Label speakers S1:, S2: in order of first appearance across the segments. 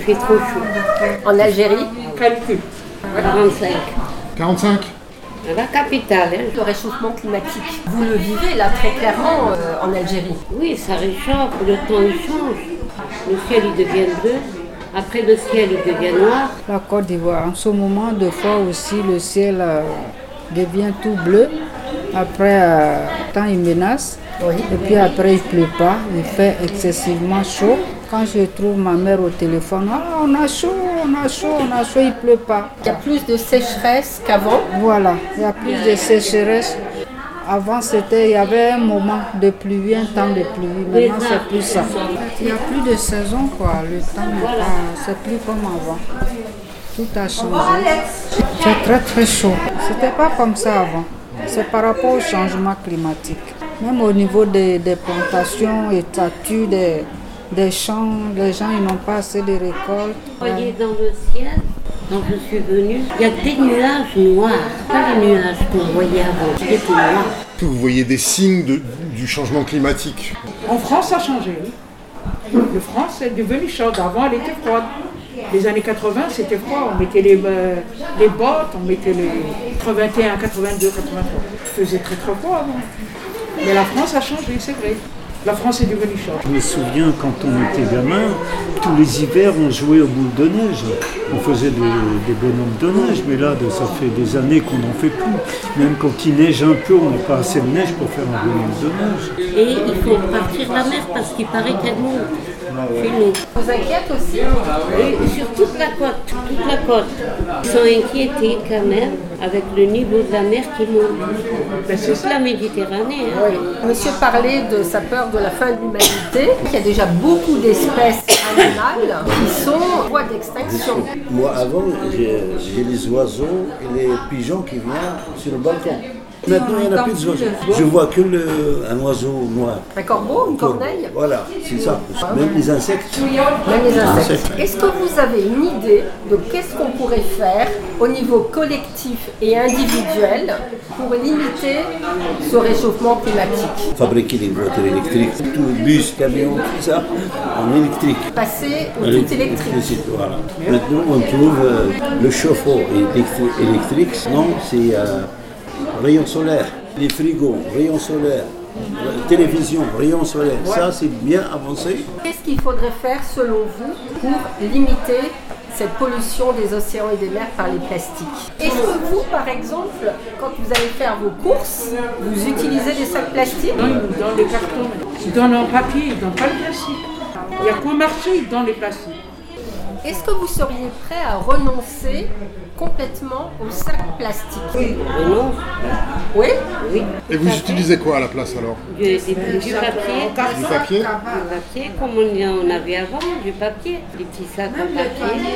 S1: fait trop chaud. En Algérie, calcul. Voilà.
S2: 45.
S3: 45
S2: À la capitale, hein.
S1: Le réchauffement climatique, vous le vivez là très clairement euh, en Algérie.
S2: Oui, ça réchauffe, le temps il change. Le ciel il devient bleu, après le ciel il devient noir.
S4: La Côte d'Ivoire, en ce moment, deux fois aussi, le ciel euh, devient tout bleu. Après, euh, temps, il menace.
S1: Oui.
S4: Et puis après, il pleut pas. Il fait excessivement chaud. Quand je trouve ma mère au téléphone, Ah, on a chaud, on a chaud, on a chaud, il pleut pas.
S1: Il y a plus de sécheresse qu'avant.
S4: Voilà, il y a plus de sécheresse. Avant, c'était, il y avait un moment de pluie, un temps de pluie. Maintenant, c'est plus ça. Il n'y a plus de saison, quoi. Le temps n'est pas- C'est plus comme avant. Tout a changé. C'est très, très chaud. C'était pas comme ça avant. C'est par rapport au changement climatique. Même au niveau des, des plantations et ça tue des, des champs, les gens, ils n'ont pas assez de récoltes.
S2: Vous voyez dans le ciel, quand je suis venue, il y a des nuages noirs. Pas les nuages qu'on voyait avant, c'était tout noir.
S3: Est-ce que Vous voyez des signes de- du changement climatique
S5: En France, ça a changé. oui. Le France est devenu chaude. Avant, elle était froide. Les années 80, c'était froid. On mettait les, euh, les bottes, on mettait les 81, 82, 83. Il faisait très trop froid avant. Mais la France a changé, c'est vrai. La France est devenue chaude.
S6: Je me souviens quand on était gamin, tous les hivers on jouait aux boules de neige. On faisait des, des bonhommes de neige, mais là de- ça fait des années qu'on n'en fait plus. Même quand il neige un peu, on n'a pas assez de neige pour faire un bonhomme de neige.
S2: Et il faut partir la mer parce qu'il paraît qu'elle monte chez nous.
S1: Vous inquiète aussi
S2: Et sur toute la côte, toute la côte, ils sont inquiétés quand même avec le niveau de la mer qui monte. c'est la Méditerranée. hein.
S1: Monsieur parlait de sa peur de la fin de l'humanité. Il y a déjà beaucoup d'espèces animales qui sont en voie d'extinction.
S7: Moi, avant, j'ai j'ai les oiseaux et les pigeons qui viennent sur le balcon. Maintenant, il n'y en a plus d'oiseaux. Je vois que le- un oiseau noir.
S1: Un corbeau, une corneille, Ah,
S7: Voilà, c'est ça. Même les insectes.
S1: même les insectes. Est-ce que vous avez une idée de qu'est-ce qu'on pourrait faire au niveau collectif et individuel pour limiter ce réchauffement climatique
S7: Fabriquer des voitures électriques, tout bus, camion, tout ça, en électrique.
S1: Passer au tout électrique.
S7: Électricité, voilà. Maintenant, on trouve euh, le chauffe-eau électri- électrique. Non, c'est euh, rayon solaire. Les frigos, rayon solaire. La Télévision, rayon solaire. Ça, c'est bien avancé.
S1: Qu'est-ce qu'il faudrait faire selon vous pour limiter cette pollution des océans et des mers par les plastiques Est-ce que vous, par exemple, quand vous allez faire vos courses, vous utilisez des sacs plastiques
S5: Non, ils nous donnent les cartons. Ils donnent en papier, ils ne donnent pas le plastique. Il n'y a qu'au marché, ils donnent les plastiques.
S1: Est-ce que vous seriez prêt à renoncer complètement aux sacs plastiques Oui. Oui
S3: Et vous utilisez quoi à la place alors
S2: Du, du- du papier,
S3: Du papier
S2: du papier, comme on en avait avant, du papier, des petits sacs en papier.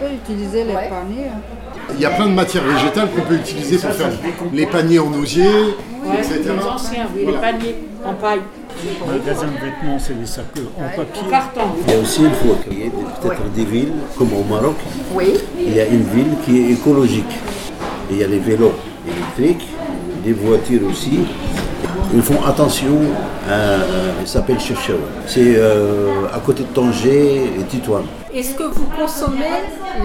S4: On peut utiliser les
S1: Ouais.
S4: paniers. hein.
S3: Il y a plein de matières végétales qu'on peut utiliser pour faire les paniers en osier, etc.
S5: Les anciens, oui, les
S3: Voilà.
S5: paniers en paille,
S6: Le magasin de vêtements, c'est des sacs euh, en papier.
S5: en carton.
S7: Il y a aussi, il faut qu'il y ait des- peut-être des villes, comme au Maroc,
S1: Oui.
S7: il y a une ville qui est écologique. Il y a les vélos électriques, des voitures aussi. Ils font attention, à, il s'appelle Chefchaouen. C'est euh, à côté de Tanger et Titoine.
S1: Est-ce que vous consommez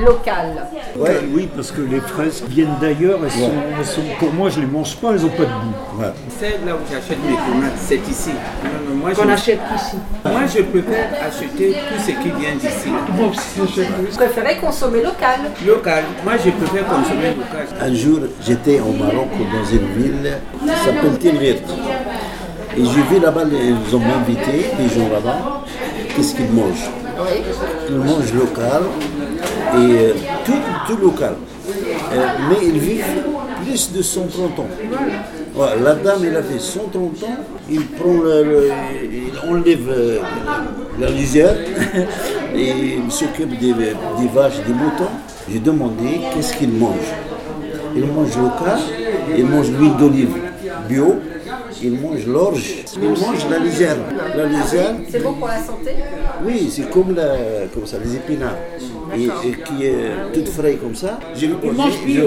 S1: local
S7: Ouais.
S6: Oui, parce que les fraises viennent d'ailleurs, elles sont, elles sont- pour moi je les mange pas, elles n'ont pas de goût.
S7: Voilà.
S8: Celle là où j'achète mes tomates, c'est ici. Non, non, moi,
S5: qu'on
S8: je,
S5: achète ici.
S8: moi, je préfère acheter tout ce qui vient d'ici.
S5: Moi aussi, je-
S1: Vous préférez consommer local
S8: Local, moi, je préfère consommer local.
S7: Un jour, j'étais au Maroc dans une ville qui s'appelle Tilvirt. Et j'ai vu là-bas, ils ont invité, les gens là-bas, qu'est-ce qu'ils mangent
S1: Oui.
S7: Ils mangent local et euh, tout, tout local. Euh, mais ils vivent plus de 130 ans. Voilà, la dame, elle a fait 130 ans, il prend le, le- il enlève euh, la lisière et il s'occupe des, des vaches, des moutons. J'ai demandé qu'est-ce qu'il mange. Il mange local, il mange l'huile d'olive bio, il mange l'orge, il mange la lisière. La lisière,
S1: C'est bon pour la santé
S7: oui, c'est comme, la, comme ça, les épinards, et, et qui est toute frais comme ça. Je le mange